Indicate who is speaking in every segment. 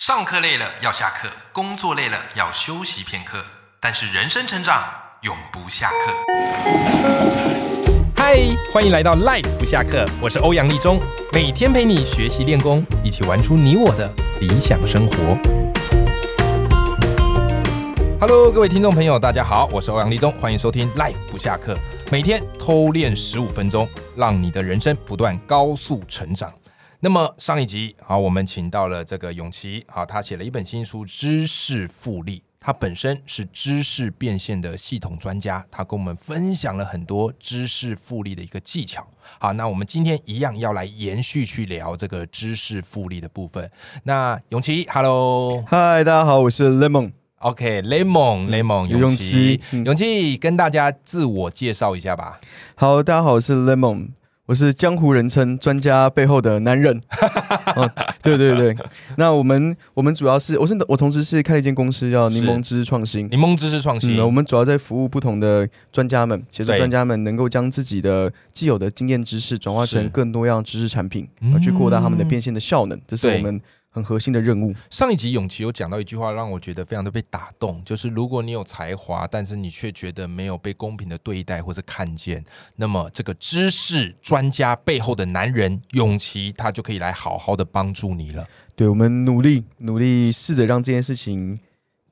Speaker 1: 上课累了要下课，工作累了要休息片刻，但是人生成长永不下课。嗨，欢迎来到 Life 不下课，我是欧阳立中，每天陪你学习练功，一起玩出你我的理想生活。Hello，各位听众朋友，大家好，我是欧阳立中，欢迎收听 Life 不下课，每天偷练十五分钟，让你的人生不断高速成长。那么上一集好，我们请到了这个永琪，好，他写了一本新书《知识复利》，他本身是知识变现的系统专家，他跟我们分享了很多知识复利的一个技巧。好，那我们今天一样要来延续去聊这个知识复利的部分。那永琪，Hello。
Speaker 2: 嗨，大家好，我是 Lemon。嗯
Speaker 1: OK，Lemon，Lemon，、永
Speaker 2: 永
Speaker 1: 琪
Speaker 2: 琪，嗯
Speaker 1: 永琪，跟大家自我介绍一下吧。
Speaker 2: 好，大家好，我是 Lemon，我是江湖人称专家背后的 男人。嗯，对对对。那我们我们主要是，我是我同时是开了一间公司叫柠檬汁创新。
Speaker 1: 柠檬知识创新，
Speaker 2: 嗯，我们主要在服务不同的专家们，协助
Speaker 1: 对
Speaker 2: 专家们能够将自己的既有的经验知识转化
Speaker 1: 是
Speaker 2: 成更多样知识产品，
Speaker 1: 嗯
Speaker 2: 而去扩大他们的变现的效能，这是
Speaker 1: 对
Speaker 2: 我们很核心的任务。
Speaker 1: 上一集永琪有讲到一句话，让我觉得非常的被打动，就是如果你有才华，但是你却觉得没有被公平的对待或是看见，那么这个知识专家背后的男人永琪，他就可以来好好的帮助你了。
Speaker 2: 对，我们努力努力，试着让这件事情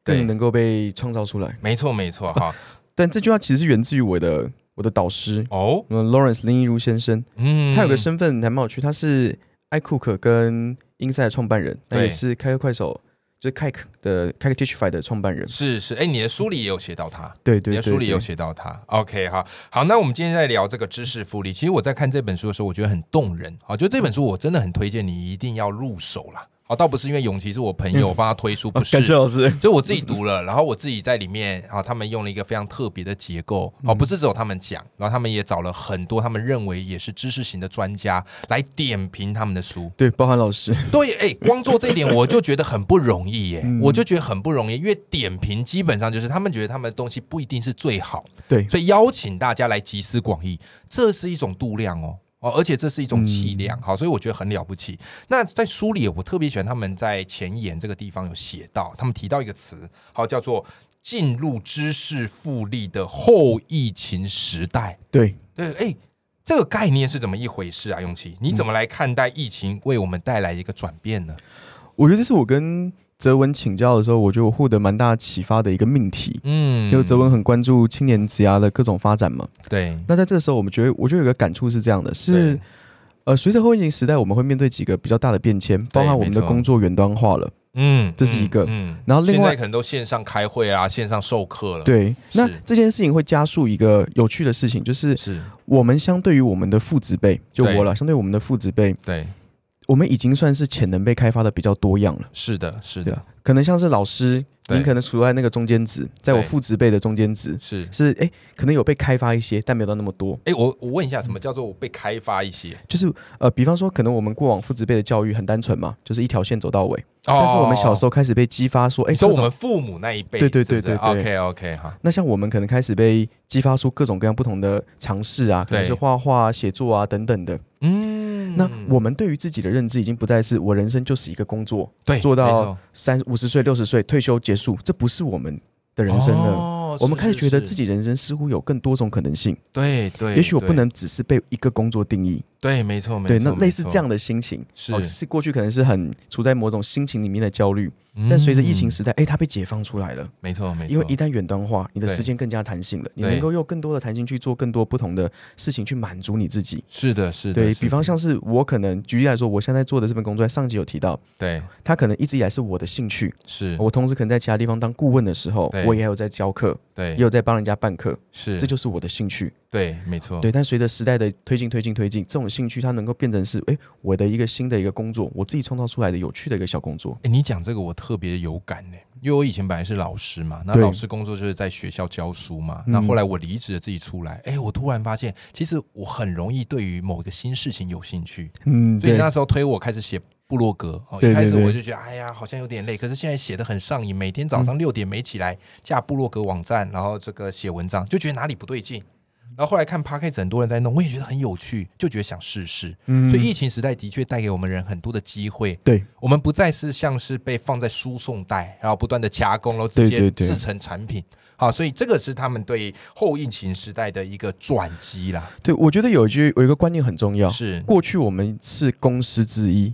Speaker 1: 对
Speaker 2: 更能够被创造出来。
Speaker 1: 没错，没错， 哈，
Speaker 2: 但这句话其实是源自于我的我的导师，
Speaker 1: 哦，
Speaker 2: 呃，Lawrence 林一如先生，
Speaker 1: 嗯
Speaker 2: 他有个身份还蛮有趣，他是 iCook 跟 Inside 的创办人，那
Speaker 1: 对
Speaker 2: 也是开个快手，就是 Kik 的 Kik Teachify 的创办人。
Speaker 1: 是是，哎、你的书里也有写到他，
Speaker 2: 对对
Speaker 1: 你
Speaker 2: 对
Speaker 1: 的书里有
Speaker 2: 对哦
Speaker 1: 写到他。OK，好，好，那我们今天在聊这个知识复利。其实我在看这本书的时候，我觉得很动人。好，就这本书我真的很推荐你一定要入手啦。好，倒不是因为永琪是我朋友，我帮他推书，不
Speaker 2: 啊
Speaker 1: 是。
Speaker 2: 感谢老师。
Speaker 1: 就我自己读了，然后我自己在里面啊，他们用了一个非常特别的结构，
Speaker 2: 嗯
Speaker 1: 哦，不是只有他们讲，然后他们也找了很多他们认为也是知识型的专家来点评他们的书。
Speaker 2: 对，包含老师，
Speaker 1: 对，哎、光做这一点我就觉得很不容易耶，
Speaker 2: 嗯
Speaker 1: 我就觉得很不容易，因为点评基本上就是他们觉得他们的东西不一定是最好，
Speaker 2: 对
Speaker 1: 所以邀请大家来集思广益，这是一种度量哦。哦，而且这是一种气
Speaker 2: 嗯
Speaker 1: 量，好，所以我觉得很了不起。那在书里，我特别喜欢他们在前言这个地方有写到，他们提到一个词，好，叫做进入知识复利的后疫情时代。
Speaker 2: 对，
Speaker 1: 对，哎、这个概念是怎么一回事啊？永琪，你怎么来看待疫情为我们带来一个转变呢？
Speaker 2: 我觉得这是我跟哲文请教的时候，我觉得我获得蛮大启发的一个命题。
Speaker 1: 嗯
Speaker 2: 就哲文很关注青年职涯的各种发展嘛，
Speaker 1: 对，
Speaker 2: 那在这个时候，我们觉得，我觉得有个感触是这样的，是
Speaker 1: 对
Speaker 2: 呃，随着后疫情时代，我们会面对几个比较大的变迁，包含我们的
Speaker 1: 没错
Speaker 2: 工作远端化了。
Speaker 1: 嗯
Speaker 2: 这是一个
Speaker 1: 嗯，嗯
Speaker 2: 然后另
Speaker 1: 现在
Speaker 2: 外，
Speaker 1: 可能都线上开会啊，线上授课了，，
Speaker 2: 对，
Speaker 1: 是
Speaker 2: 那这件事情会加速一个有趣的事情，就是
Speaker 1: 是，
Speaker 2: 我们相对于我们的父子辈，就
Speaker 1: 对
Speaker 2: 我了，相对于我们的父子辈，
Speaker 1: 对，
Speaker 2: 我们已经算是潜能被开发的比较多样了。
Speaker 1: 是的，是
Speaker 2: 对啊
Speaker 1: 的，
Speaker 2: 可能像是老师，
Speaker 1: 对
Speaker 2: 您可能处在那个中间值，在我
Speaker 1: 对
Speaker 2: 父子辈的中间值，
Speaker 1: 是。
Speaker 2: 是哎，诶可能有被开发一些，但没有到那么多。
Speaker 1: 哎，我我问一下，什么叫做我被开发一些？
Speaker 2: 就是呃，比方说，可能我们过往父子辈的教育很单纯嘛，就是一条线走到尾。但是我们小时
Speaker 1: 候，
Speaker 2: 候开始被激发说，哎、
Speaker 1: 哦你说
Speaker 2: 各
Speaker 1: 我
Speaker 2: 种
Speaker 1: 们父母那一辈，
Speaker 2: 对对对对对
Speaker 1: ，OK OK，哈，
Speaker 2: 那像我们可能开始被激发出各种各样不同的尝试啊，可能
Speaker 1: 对
Speaker 2: 是画画、啊、写作啊等等的。
Speaker 1: 嗯
Speaker 2: 那我们对于自己的认知已经不再是我人生就是一个工作，
Speaker 1: 对
Speaker 2: 做到
Speaker 1: 没错
Speaker 2: 三五十岁、六十岁退休结束，这不是我们的人生了。
Speaker 1: 哦
Speaker 2: 我们开始觉得
Speaker 1: 是
Speaker 2: 自
Speaker 1: 是
Speaker 2: 己人生似乎有更多种可能性，
Speaker 1: 是对对，
Speaker 2: 也许我不
Speaker 1: 对
Speaker 2: 能只是被一个工作定义。
Speaker 1: 对，没错没错，
Speaker 2: 对，那类似
Speaker 1: 没错
Speaker 2: 这，样的心情，
Speaker 1: 是
Speaker 2: 哦是过去可能是很处在某种心情里面的焦虑，但随着疫情
Speaker 1: 嗯
Speaker 2: 时代，哎、它被解放出来了。
Speaker 1: 没错，没错，
Speaker 2: 因为一旦远端化，你的
Speaker 1: 对
Speaker 2: 时间更加弹性了，你
Speaker 1: 对
Speaker 2: 能够用更多的弹性去做更多不同的事情，去满足你自己。
Speaker 1: 是的，是的，
Speaker 2: 对
Speaker 1: 是
Speaker 2: 比方
Speaker 1: 的
Speaker 2: 像是我可能举例来说，我现在做的这份工作，在上集有提到，
Speaker 1: 对
Speaker 2: 它可能一直以来是我的兴趣。
Speaker 1: 是，
Speaker 2: 我同时可能在其他地方当顾问的时候
Speaker 1: 对，
Speaker 2: 我也有在教课，也
Speaker 1: 对
Speaker 2: 有在帮人家办课，
Speaker 1: 是，哦
Speaker 2: 这就是我的兴趣。
Speaker 1: 对，没错，
Speaker 2: 对，但随着时代的推进、推进、推进，这种兴趣它能够变成是，诶，我的一个新的一个工作，我自己创造出来的有趣的一个小工作。
Speaker 1: 哎、你讲这个我特别有感呢、因为我以前本来是老师嘛，那
Speaker 2: 对
Speaker 1: 老师工作就是在学校教书嘛，那
Speaker 2: 嗯
Speaker 1: 后来我离职了自己出来，哎、我突然发现，其实我很容易对于某一个新事情有兴趣，
Speaker 2: 嗯，
Speaker 1: 所以
Speaker 2: 对，
Speaker 1: 那时候推我开始写。部落格哦，
Speaker 2: 对
Speaker 1: 一
Speaker 2: 对
Speaker 1: 开始
Speaker 2: 对嗯
Speaker 1: 我就觉得，哎呀，好像有点累。可是现在写的很上瘾，每天早上六点没起来，架部落格网站，然后这个写文章，就觉得哪里不对劲。然后后来看 p a c k a g e 很多人在弄，我也觉得很有趣，就觉得想试试。
Speaker 2: 嗯
Speaker 1: 所以疫情时代的确带给我们人很多的机会，
Speaker 2: 对
Speaker 1: 我们不再是像是被放在输送带，然后不断的加工，然后直
Speaker 2: 对
Speaker 1: 接
Speaker 2: 对对
Speaker 1: 制成产品。好，所以这个是他们对后疫情时代的一个转机啦。
Speaker 2: 对，我觉得有一句有一个观念很重要，
Speaker 1: 是
Speaker 2: 过去我们是公司之一，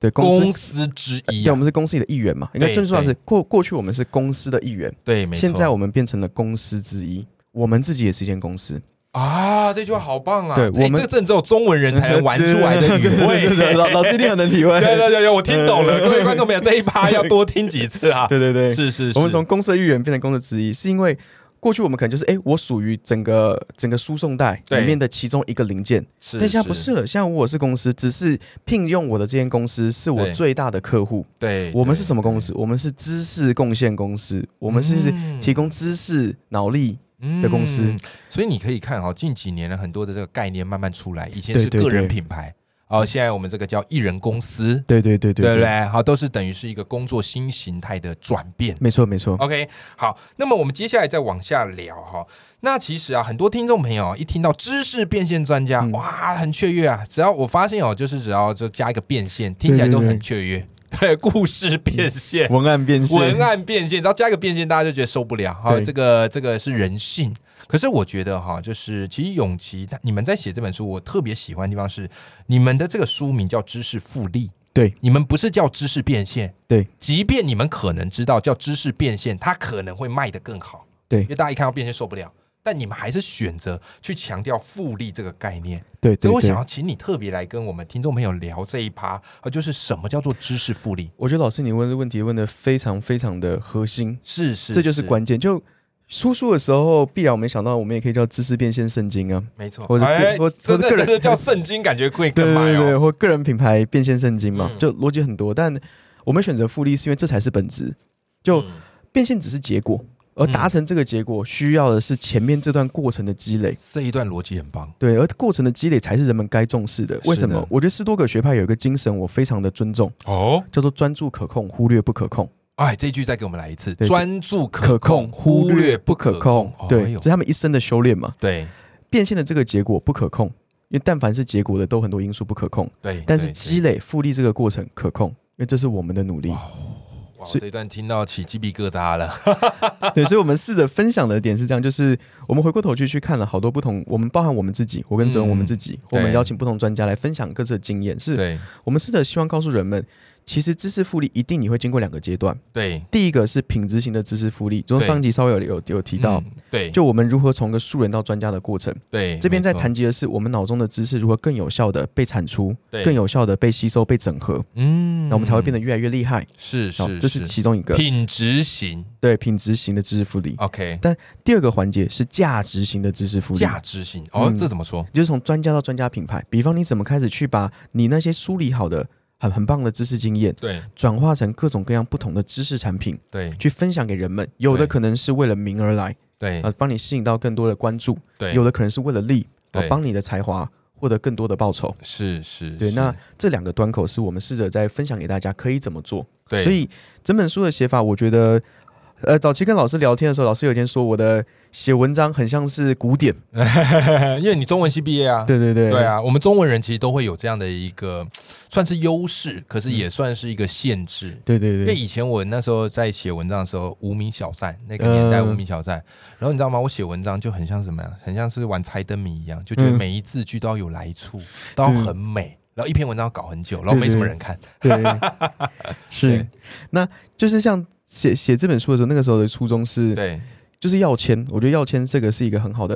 Speaker 2: 对公司
Speaker 1: 公司之一
Speaker 2: 对，我
Speaker 1: 啊、
Speaker 2: 们是公司里的一员嘛，应该
Speaker 1: 对
Speaker 2: 正确说
Speaker 1: 对
Speaker 2: 是过过去我们是公司的一员，
Speaker 1: 对，没错。
Speaker 2: 现在我们变成了公司之一，我们自己也是一间公司，
Speaker 1: 啊，这句话好棒啊！
Speaker 2: 对
Speaker 1: 哎
Speaker 2: 我们
Speaker 1: 这真的只有中文人才能玩出来的语
Speaker 2: 对对
Speaker 1: 汇。
Speaker 2: 对对对老老师一定很能体会，
Speaker 1: 对对对对，我听懂了，
Speaker 2: 嗯
Speaker 1: 各位观众朋友，这一趴要多听几次啊！
Speaker 2: 对对对，
Speaker 1: 是是是，
Speaker 2: 我们从公司的一员变成公司之一，是因为过去我们可能就是哎、诶我属于整个整个输送带
Speaker 1: 对
Speaker 2: 里面的其中一个零件，
Speaker 1: 是，
Speaker 2: 但现在不是了，现在我是公司，只是聘用我的这间公司是我
Speaker 1: 对
Speaker 2: 最大的客户，
Speaker 1: 对，
Speaker 2: 我们是什么公
Speaker 1: 对？
Speaker 2: 司？我们是知识贡献公司，我们是是
Speaker 1: 嗯
Speaker 2: 提供知识、脑力。
Speaker 1: 对
Speaker 2: 的公司
Speaker 1: 嗯所以你可以看哈、近几年呢，很多的这个概念慢慢出来，以前
Speaker 2: 对
Speaker 1: 是
Speaker 2: 对
Speaker 1: 个人
Speaker 2: 对
Speaker 1: 品牌，哦，现在我们这个叫艺人公司，
Speaker 2: 对对对对
Speaker 1: 不对？好，都是等于是一个工作新形态的转变。
Speaker 2: 没错没错。
Speaker 1: OK，好，那么我们接下来再往下聊哈。那其实啊，很多听众朋友一听到知识变现专家，
Speaker 2: 嗯
Speaker 1: 哇，很雀跃啊！只要我发现哦，就是只要就加一个变现，听起来
Speaker 2: 对对
Speaker 1: 都很
Speaker 2: 对
Speaker 1: 雀跃。 对，故事变现。
Speaker 2: 文案变现，
Speaker 1: 文案变现，只要加一个变现，大家就觉得受不了哈。
Speaker 2: 对
Speaker 1: 这个这个是人性。可是我觉得哈，就是其实永琪，他你们在写这本书，我特别喜欢的地方是，你们的这个书名叫《知识复利》，
Speaker 2: 对，
Speaker 1: 你们不是叫知识变现，
Speaker 2: 对，
Speaker 1: 即便你们可能知道叫知识变现，它可能会卖得更好，
Speaker 2: 对
Speaker 1: 因为大家一看到变现受不了，但你们还是选择去强调复利这个概念，
Speaker 2: 对
Speaker 1: 所
Speaker 2: 对
Speaker 1: 以我
Speaker 2: 对
Speaker 1: 想。要请你特别来跟我们听众朋友聊这一趴，呃，就是什么叫做知识复利？
Speaker 2: 我觉得老师你问的问题问的非常非常的核心，
Speaker 1: 是是，
Speaker 2: 这就是关键。就出书的时候，必然我没想到，我们也可以叫知识变现圣经啊，
Speaker 1: 没错，
Speaker 2: 或者
Speaker 1: 哎，
Speaker 2: 或
Speaker 1: 真
Speaker 2: 或
Speaker 1: 的
Speaker 2: 者个
Speaker 1: 真
Speaker 2: 人
Speaker 1: 的叫圣经，感觉贵
Speaker 2: 对
Speaker 1: 更
Speaker 2: 对
Speaker 1: 卖
Speaker 2: 对对，
Speaker 1: 哦。
Speaker 2: 或个人品牌变现圣经嘛，
Speaker 1: 嗯
Speaker 2: 就逻辑很多。但我们选择复利是因为这才是本质，就
Speaker 1: 嗯
Speaker 2: 变现只是结果，而
Speaker 1: 嗯
Speaker 2: 达成这个结果需要的是前面这段过程的积累。
Speaker 1: 这一段逻辑很棒，
Speaker 2: 对，而过程的积累才是人们该重视的。为
Speaker 1: 是的
Speaker 2: 什么？我觉得斯多葛学派有一个精神，我非常的尊重，
Speaker 1: 哦，
Speaker 2: 叫做专注可控，忽略不可控。
Speaker 1: 哎，这句再给我们来一次，
Speaker 2: 对
Speaker 1: 专注
Speaker 2: 可控，
Speaker 1: 忽略不可控，哦哎
Speaker 2: 对，
Speaker 1: 呦
Speaker 2: 这是他们一生的修炼嘛。
Speaker 1: 对
Speaker 2: 变现的这个结果不可控，因为但凡是结果的都很多因素不可控，
Speaker 1: 对，
Speaker 2: 但是
Speaker 1: 对
Speaker 2: 积累复利这个过程可控，因为这是我们的努力。
Speaker 1: 哇，
Speaker 2: 所以
Speaker 1: 这一段听到起鸡皮疙瘩了，
Speaker 2: 对，所以我们试着分享的点是这样，就是我们回过头去去看了好多不同，我们包含我们自己，我跟哲文
Speaker 1: 嗯
Speaker 2: 我们自己，我
Speaker 1: 对
Speaker 2: 们邀请不同专家来分享各自的经验，是
Speaker 1: 对
Speaker 2: 我们试着希望告诉人们。其实知识复利一定你会经过两个阶段，
Speaker 1: 对，
Speaker 2: 第一个是品质型的知识复利，就
Speaker 1: 对
Speaker 2: 上集稍微有有有提到，
Speaker 1: 嗯对
Speaker 2: 就我们如何从个素人到专家的过程，
Speaker 1: 对，
Speaker 2: 这边在
Speaker 1: 没错
Speaker 2: 谈及的是我们脑中的知识如何更有效的被产出，
Speaker 1: 对
Speaker 2: 更有效的被吸收、被整合，
Speaker 1: 嗯
Speaker 2: 那我们才会变
Speaker 1: 得
Speaker 2: 得越来越厉害。
Speaker 1: 是
Speaker 2: 好
Speaker 1: 是，
Speaker 2: 这是其中一个
Speaker 1: 品哦质型
Speaker 2: 对品质型的知识复利。
Speaker 1: ，OK，
Speaker 2: 第二个环节是价值型的知识复利，
Speaker 1: 价值型，哦，
Speaker 2: 嗯
Speaker 1: 这怎么说？
Speaker 2: 就是从专家到专家品牌，比方你怎么开始去把你那些梳理好的很很棒的知识经验，
Speaker 1: 对
Speaker 2: 转化成各种各样不同的知识产品，
Speaker 1: 对
Speaker 2: 去分享给人们。有的
Speaker 1: 对
Speaker 2: 可能是为了名而来，
Speaker 1: 对
Speaker 2: 啊，帮你吸引到更多的关注；
Speaker 1: 对，
Speaker 2: 有的可能是为了利，啊
Speaker 1: 对，
Speaker 2: 帮你的才华获得更多的报酬。
Speaker 1: 是是，
Speaker 2: 对，
Speaker 1: 是
Speaker 2: 那这两个端口是我们试着在分享给大家可以怎么做。
Speaker 1: 对，
Speaker 2: 所以整本书的写法，我觉得，呃，早期跟老师聊天的时候，老师有一天说我的写文章很像是古典。
Speaker 1: 因为你中文系毕业啊，
Speaker 2: 对对对，
Speaker 1: 对，啊，我们中文人其实都会有这样的一个算是优势，可是也算是一个限制。
Speaker 2: 对对
Speaker 1: 因为
Speaker 2: 对，
Speaker 1: 以前我那时候在写文章的时候，无名小站那个年代，
Speaker 2: 嗯
Speaker 1: 无名小站。然后你知道吗？我写文章就很像什么呀？很像是玩猜灯谜一样，就觉得
Speaker 2: 嗯
Speaker 1: 每一字句都要有来处，都要很美。然后一篇文章要搞很久，然后没什么人看。
Speaker 2: 对，是
Speaker 1: 对，
Speaker 2: 那就是像。写写这本书的时候，那个时候的初衷是，
Speaker 1: 对，
Speaker 2: 就是要签。我觉得要签这个是一个很好的，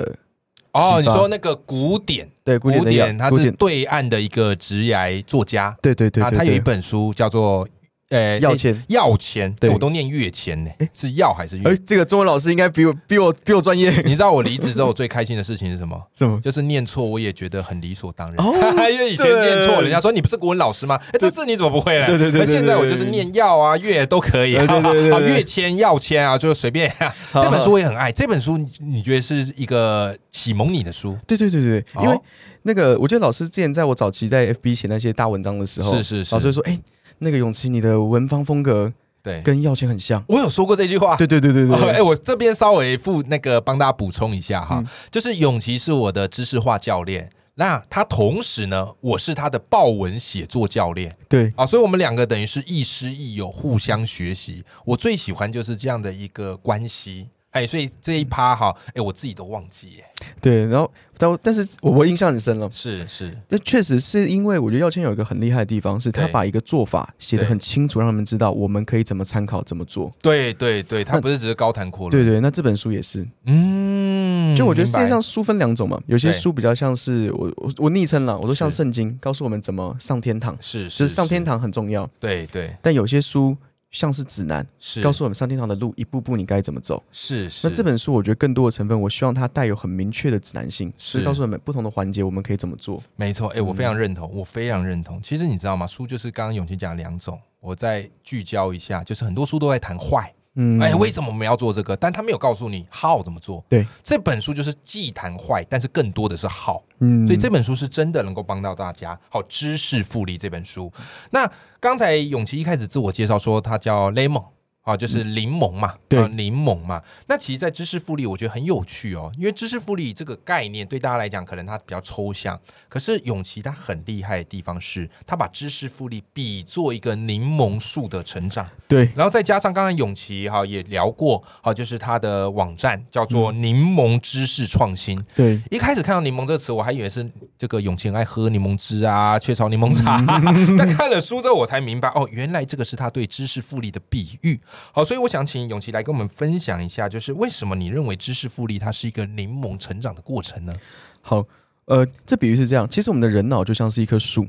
Speaker 1: 哦，
Speaker 2: 启
Speaker 1: 你
Speaker 2: 发
Speaker 1: 说那个古典，
Speaker 2: 对古典
Speaker 1: 古
Speaker 2: 的要
Speaker 1: 典，他
Speaker 2: 古
Speaker 1: 是
Speaker 2: 典，
Speaker 1: 对岸的一个职涯作家
Speaker 2: 对对对
Speaker 1: 啊，
Speaker 2: 对，
Speaker 1: 他有
Speaker 2: 对
Speaker 1: 一本书叫做呃
Speaker 2: 要签。
Speaker 1: 要钱，哎
Speaker 2: 对
Speaker 1: 我都念月钱呢，是要还是月
Speaker 2: 哎，？这个中文老师应该比我比我比我专业。
Speaker 1: 你知道我离职之后最开心的事情是什么？
Speaker 2: 什么？
Speaker 1: 就是念错，我也觉得很理所当然。
Speaker 2: 哦
Speaker 1: 因为以前念错，
Speaker 2: 对
Speaker 1: 人家说你不是国文老师吗？哎，这字你怎么不会嘞？
Speaker 2: 对对
Speaker 1: 那
Speaker 2: 对对
Speaker 1: 现在我就是
Speaker 2: 对对
Speaker 1: 念药啊、月都可以，
Speaker 2: 对对对对对
Speaker 1: 啊，月签、药签啊，就是随 便。
Speaker 2: 好
Speaker 1: 这本
Speaker 2: 好
Speaker 1: 书我也很爱，这本书你你觉得是一个启蒙你的书？
Speaker 2: 对对对对，
Speaker 1: 哦
Speaker 2: 因为那个，我记得老师之前在我早期在 FB 写那些大文章的时候，
Speaker 1: 是是是
Speaker 2: 老师就说：“哎、那个永琪，你的文方风格
Speaker 1: 对，
Speaker 2: 跟要钱很像。
Speaker 1: 我有说过这句话。
Speaker 2: 对对对对
Speaker 1: 哦哎、
Speaker 2: 对，
Speaker 1: 我这边稍微附那个帮大家补充一下哈，
Speaker 2: 嗯
Speaker 1: 就是永琪是我的知识化教练，那他同时呢，我是他的报文写作教练
Speaker 2: 对，
Speaker 1: 啊，所以我们两个等于是亦师亦友，互相学习。我最喜欢就是这样的一个关系，哎，所以这一趴哈，哎，我自己都忘记耶，
Speaker 2: 对，然后但但是我我印象很深了。
Speaker 1: 是是，
Speaker 2: 那确实是因为我觉得耀谦有一个很厉害的地方，是他
Speaker 1: 对
Speaker 2: 把一个做法写得
Speaker 1: 对
Speaker 2: 很清楚，让他们知道我们可以怎么参考、怎么做。
Speaker 1: 对对对，他
Speaker 2: 那
Speaker 1: 不是只是高谈阔论，
Speaker 2: 对对，那这本书也是。
Speaker 1: 嗯，
Speaker 2: 就我觉得世
Speaker 1: 明白
Speaker 2: 界上书分两种嘛，有些
Speaker 1: 对
Speaker 2: 书比较像是我我我昵称啦，我都像
Speaker 1: 是
Speaker 2: 圣经，告诉我们怎么上天堂，
Speaker 1: 是
Speaker 2: 就是是上天
Speaker 1: 是
Speaker 2: 堂很重要。
Speaker 1: 对对
Speaker 2: 但有些书像是指南，
Speaker 1: 是，
Speaker 2: 告诉我们上天堂的路一步步你该怎么走。
Speaker 1: 是是
Speaker 2: 那这本书我觉得更多的成分，我希望它带有很明确的指南性，
Speaker 1: 是
Speaker 2: 是告诉我们不同的环节我们可以怎么做。
Speaker 1: 没错，哎、我非
Speaker 2: 嗯
Speaker 1: 常认同，我非常认同。其实你知道吗？书就是刚刚永琪讲的两种，我再聚焦一下，就是很多书都在谈坏，
Speaker 2: 嗯
Speaker 1: 哎、为什么我们要做这个？但他没有告诉你 how 怎么做。
Speaker 2: 对，
Speaker 1: 这本书就是既谈坏，但是更多的是 how。
Speaker 2: 嗯
Speaker 1: 所以这本书是真的能够帮到大家。好，知识复利这本书。那刚才永琪一开始自我介绍说，他叫 Lemon。啊，就是柠檬嘛，
Speaker 2: 嗯对
Speaker 1: 啊柠檬嘛。那其实，在知识复利，我觉得很有趣哦，因为知识复利这个概念对大家来讲，可能它比较抽象。可是永琪他很厉害的地方是，他把知识复利比作一个柠檬树的成长。
Speaker 2: 对
Speaker 1: 然后再加上刚才永琪哈也聊过，好，就是他的网站叫做
Speaker 2: 嗯
Speaker 1: 柠檬知识创新。
Speaker 2: 对，
Speaker 1: 一开始看到柠檬这个词，我还以为是这个永晴爱喝柠檬汁啊，雀巢柠檬茶。 但看了书之后，我才明白哦，原来这个是他对知识复利的比喻。好，所以我想请永琪来跟我们分享一下，就是为什么你认为知识复利它是一个柠檬成长的过程呢？
Speaker 2: 好。呃，这比喻是这样，其实我们的人脑就像是一棵树，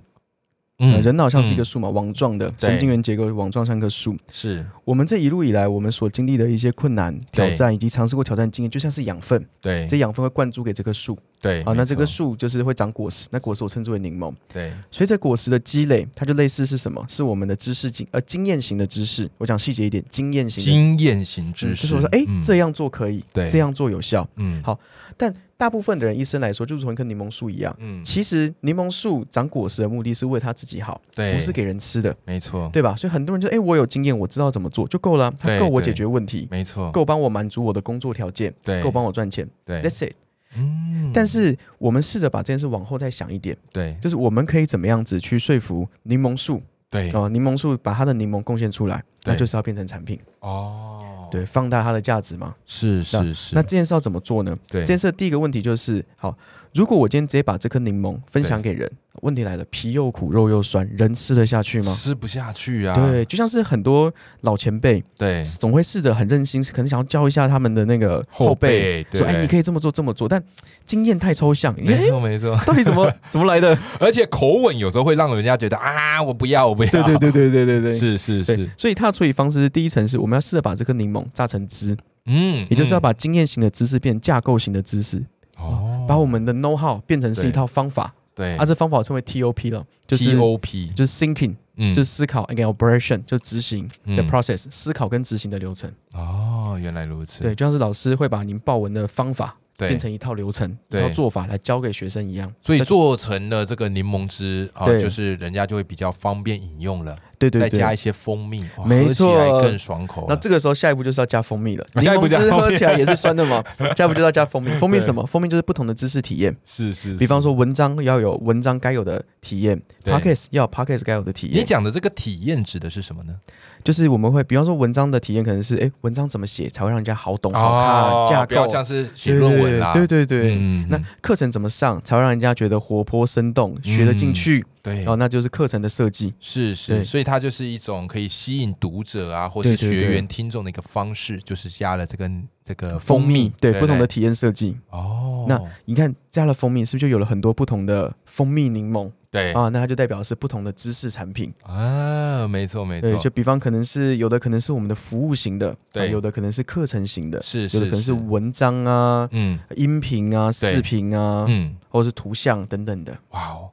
Speaker 2: 呃人脑像是一棵树嘛，网状的
Speaker 1: 嗯对
Speaker 2: 神经元结构，网状像棵树。
Speaker 1: 是
Speaker 2: 我们这一路以来，我们所经历的一些困难、
Speaker 1: 对
Speaker 2: 挑战以及尝试过挑战的经验，就像是养分，
Speaker 1: 对
Speaker 2: 这养分会灌注给这棵树
Speaker 1: 对
Speaker 2: 啊，那这
Speaker 1: 哦
Speaker 2: 棵
Speaker 1: 个
Speaker 2: 树就是会长果实，那果实我称之为柠檬。
Speaker 1: 对
Speaker 2: 随着果实的积累，它就类似是什么？是我们的知识经呃经验型的知识。我讲细节一点，经验型的
Speaker 1: 经验型知
Speaker 2: 嗯就
Speaker 1: 识，
Speaker 2: 是我说，哎、
Speaker 1: 嗯
Speaker 2: 这样做可以，
Speaker 1: 对
Speaker 2: 这样做有效。
Speaker 1: 嗯
Speaker 2: 好但大部分的人一生来说，就如同一棵柠檬树一样。
Speaker 1: 嗯
Speaker 2: 其实柠檬树长果实的目的是为它自己好，
Speaker 1: 对
Speaker 2: 不是给人吃的，
Speaker 1: 没错
Speaker 2: 对吧？所以很多人就哎、我有经验，我知道怎么做就够了啊，它
Speaker 1: 对
Speaker 2: 够我
Speaker 1: 对
Speaker 2: 解决问题，
Speaker 1: 没错
Speaker 2: 够帮我满足我的工作条件，
Speaker 1: 对
Speaker 2: 够帮我赚钱
Speaker 1: 对
Speaker 2: ，That's it。
Speaker 1: 嗯
Speaker 2: 但是我们试着把这件事往后再想一点，
Speaker 1: 对
Speaker 2: 就是我们可以怎么样子去说服柠檬树
Speaker 1: 对
Speaker 2: 哦，柠檬树把它的柠檬贡献出来，那
Speaker 1: 对
Speaker 2: 就是要变成产品，
Speaker 1: 哦
Speaker 2: 对，放大它的价值嘛。
Speaker 1: 是是是
Speaker 2: 那这件事要怎么做呢？
Speaker 1: 对
Speaker 2: 这件事的第一个问题就是，好，如果我今天直接把这颗柠檬分享给人，问题来了，皮又苦，肉又酸，人吃得下去吗？
Speaker 1: 吃不下去啊！
Speaker 2: 对，就像是很多老前辈
Speaker 1: 对
Speaker 2: 总会试着很任性，可能想要教一下他们的那个后辈，
Speaker 1: 背
Speaker 2: 说：“哎，你可
Speaker 1: 以，
Speaker 2: 以这么做，这么做。”但经验太抽象，你哎
Speaker 1: 没错没错，
Speaker 2: 到底怎 么怎么来的？
Speaker 1: 而且口吻有时候会让人家觉得啊，我不要，我不要。
Speaker 2: 对对对对对对对，
Speaker 1: 是是
Speaker 2: 对
Speaker 1: 是，
Speaker 2: 所以它的处理方式，第一层是我们要试着把这颗柠檬榨成汁，
Speaker 1: 嗯
Speaker 2: 也就是要把经验型的知识变架构型的知识，
Speaker 1: 嗯哦
Speaker 2: 把我们的 know how 变成是
Speaker 1: 对
Speaker 2: 一套方法。
Speaker 1: 对
Speaker 2: 啊，这方法我称为 TOP 了，就是
Speaker 1: T O P，
Speaker 2: 就是 thinking，、
Speaker 1: 嗯
Speaker 2: 就是思考，again operation 就执行的
Speaker 1: 嗯
Speaker 2: process，、思考跟执行的流程。
Speaker 1: 哦，原来如此，
Speaker 2: 对，就像是老师会把您报文的方法变
Speaker 1: 对，
Speaker 2: 成一套流程、一
Speaker 1: 对
Speaker 2: 套做法来教给学生一样。
Speaker 1: 所以
Speaker 2: 那
Speaker 1: 做成了这个柠檬汁啊，
Speaker 2: 对
Speaker 1: 就是人家就会比较方便饮用了，
Speaker 2: 对对
Speaker 1: 再加
Speaker 2: 对
Speaker 1: 一。些蜂蜜，哇
Speaker 2: 没
Speaker 1: 喝起来
Speaker 2: 错
Speaker 1: 更爽口啊
Speaker 2: 那
Speaker 1: 了。
Speaker 2: 这个时候，下一步就是要加蜂蜜了。
Speaker 1: 哦啊
Speaker 2: 柠
Speaker 1: 下一步
Speaker 2: 檬
Speaker 1: 加
Speaker 2: 汁
Speaker 1: 蜂蜜
Speaker 2: 喝起来也是酸的 嘛，下一步就是要加蜂蜜。蜂蜜
Speaker 1: 对
Speaker 2: 是什么？蜂蜜就是不同的知识体验，
Speaker 1: 是是
Speaker 2: 比方
Speaker 1: 是
Speaker 2: 说文章要有文章该有的体验
Speaker 1: 对
Speaker 2: ，podcast 要有 podcast 该有的体
Speaker 1: 你
Speaker 2: 验。
Speaker 1: 讲的这个体验指的是什么呢？
Speaker 2: 就是我们会，比方说文章的体验可能是，哎，文章怎么写才会让人家好懂、
Speaker 1: 哦
Speaker 2: 好看、架
Speaker 1: 不
Speaker 2: 构
Speaker 1: 要，像是写论文啦，
Speaker 2: 对对对，
Speaker 1: 嗯
Speaker 2: 那课程怎么上才会让人家觉得活泼生动，学得进去？
Speaker 1: 对
Speaker 2: 然后那就是课程的设计。
Speaker 1: 是是，
Speaker 2: 对
Speaker 1: 所以它就是一种可以吸引读者啊，或是
Speaker 2: 对对
Speaker 1: 学
Speaker 2: 对
Speaker 1: 员听众的一个方式，就是加了这个这个
Speaker 2: 蜂蜜
Speaker 1: 呃
Speaker 2: 对
Speaker 1: 对
Speaker 2: 不同的体验设计，
Speaker 1: 哦，
Speaker 2: 那你看加了蜂蜜，是不是就有了很多不同的蜂蜜柠檬
Speaker 1: 对
Speaker 2: 啊？那它就代表是不同的知识产品。
Speaker 1: 啊，没错没
Speaker 2: 对，
Speaker 1: 错，
Speaker 2: 就比方可能是有的可能是我们的服务型的，
Speaker 1: 对
Speaker 2: 啊有的可能是课程型的，
Speaker 1: 是
Speaker 2: 有的
Speaker 1: 是
Speaker 2: 可能是文章啊、
Speaker 1: 嗯
Speaker 2: 音频啊、
Speaker 1: 对
Speaker 2: 视频啊，
Speaker 1: 嗯，
Speaker 2: 或者是图像等等的。
Speaker 1: 哇哦。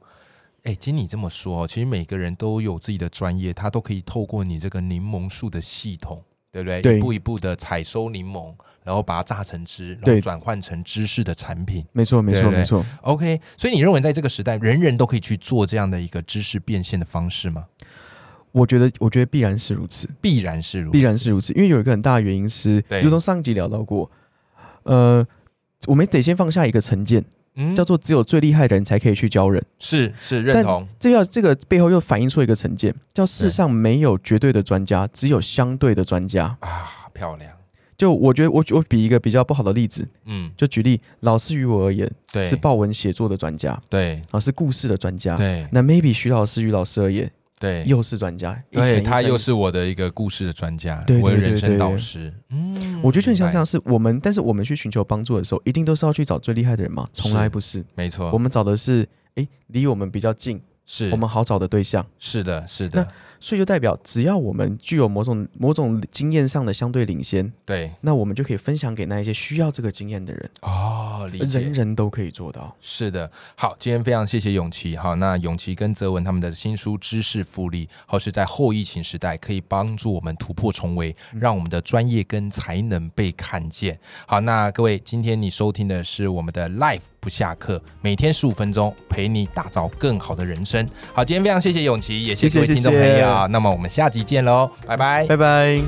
Speaker 1: 哎，经你这么说哦，其实每个人都有自己的专业，他都可以透过你这个柠檬树的系统，对不对？
Speaker 2: 对
Speaker 1: 一步一步的采收柠檬，然后把它榨成汁，然后
Speaker 2: 对
Speaker 1: 转换成知识的产品。
Speaker 2: 没错，没
Speaker 1: 对
Speaker 2: 错，
Speaker 1: 对
Speaker 2: 没错。
Speaker 1: OK，所以你认为在这个时代，人人都可以去做这样的一个知识变现的方式吗？
Speaker 2: 我觉得，我觉得必然是如此，
Speaker 1: 必然是如此
Speaker 2: 必然是如此，因为有一个很大的原因是，
Speaker 1: 对
Speaker 2: 如同上集聊到过，呃，我们得先放下一个成见，
Speaker 1: 嗯
Speaker 2: 叫做只有最厉害的人才可以去教人。
Speaker 1: 是是认
Speaker 2: 但
Speaker 1: 同，
Speaker 2: 这要这个背后又反映出一个成见，叫世上没有绝对的专家，只有相对的专家。
Speaker 1: 啊，漂亮，
Speaker 2: 就我觉得，我我比一个比较不好的例子，
Speaker 1: 嗯，
Speaker 2: 就举例，老师于我而言
Speaker 1: 对，
Speaker 2: 是报文写作的专家，
Speaker 1: 对
Speaker 2: 啊，是故事的专家。
Speaker 1: 对
Speaker 2: 那 maybe 徐老师于老师而言
Speaker 1: 对，
Speaker 2: 又是专家，一层
Speaker 1: 对
Speaker 2: 一层
Speaker 1: 他又是我的一个故事的专家，
Speaker 2: 对对
Speaker 1: 我的
Speaker 2: 对
Speaker 1: 人生
Speaker 2: 对
Speaker 1: 导
Speaker 2: 对
Speaker 1: 师，嗯，
Speaker 2: 我觉得就很像
Speaker 1: 明白
Speaker 2: 这样，，是我们，但是我们去寻求帮助的时候，一定都是要去找最厉害的人嘛？从来不是，
Speaker 1: 没错，
Speaker 2: 我们找的是诶离我们比较近，
Speaker 1: 哦是
Speaker 2: 我们好找的对象，
Speaker 1: 是的，是的，
Speaker 2: 所以就代表只要我们具有某种某种经验上的相对领先，
Speaker 1: 对，
Speaker 2: 那我们就可以分享给那一些需要这个经验的人，
Speaker 1: 哦，理解
Speaker 2: 人。人都可以做到。
Speaker 1: 是的，好，今天非常谢谢永琪，好，那永琪跟泽文他们的新书《知识复利》，好是在后疫情时代可以帮助我们突破重围，让我们的专业跟才能被看见。好，那各位，今天你收听的是我们的 Life 不下课，每天十五分钟陪你打造更好的人生。好，今天非常谢谢永琪，也谢谢各位
Speaker 2: 谢谢
Speaker 1: 听众朋
Speaker 2: 谢
Speaker 1: 友，
Speaker 2: 谢
Speaker 1: 那么我们下集见喽，拜拜。
Speaker 2: 拜拜。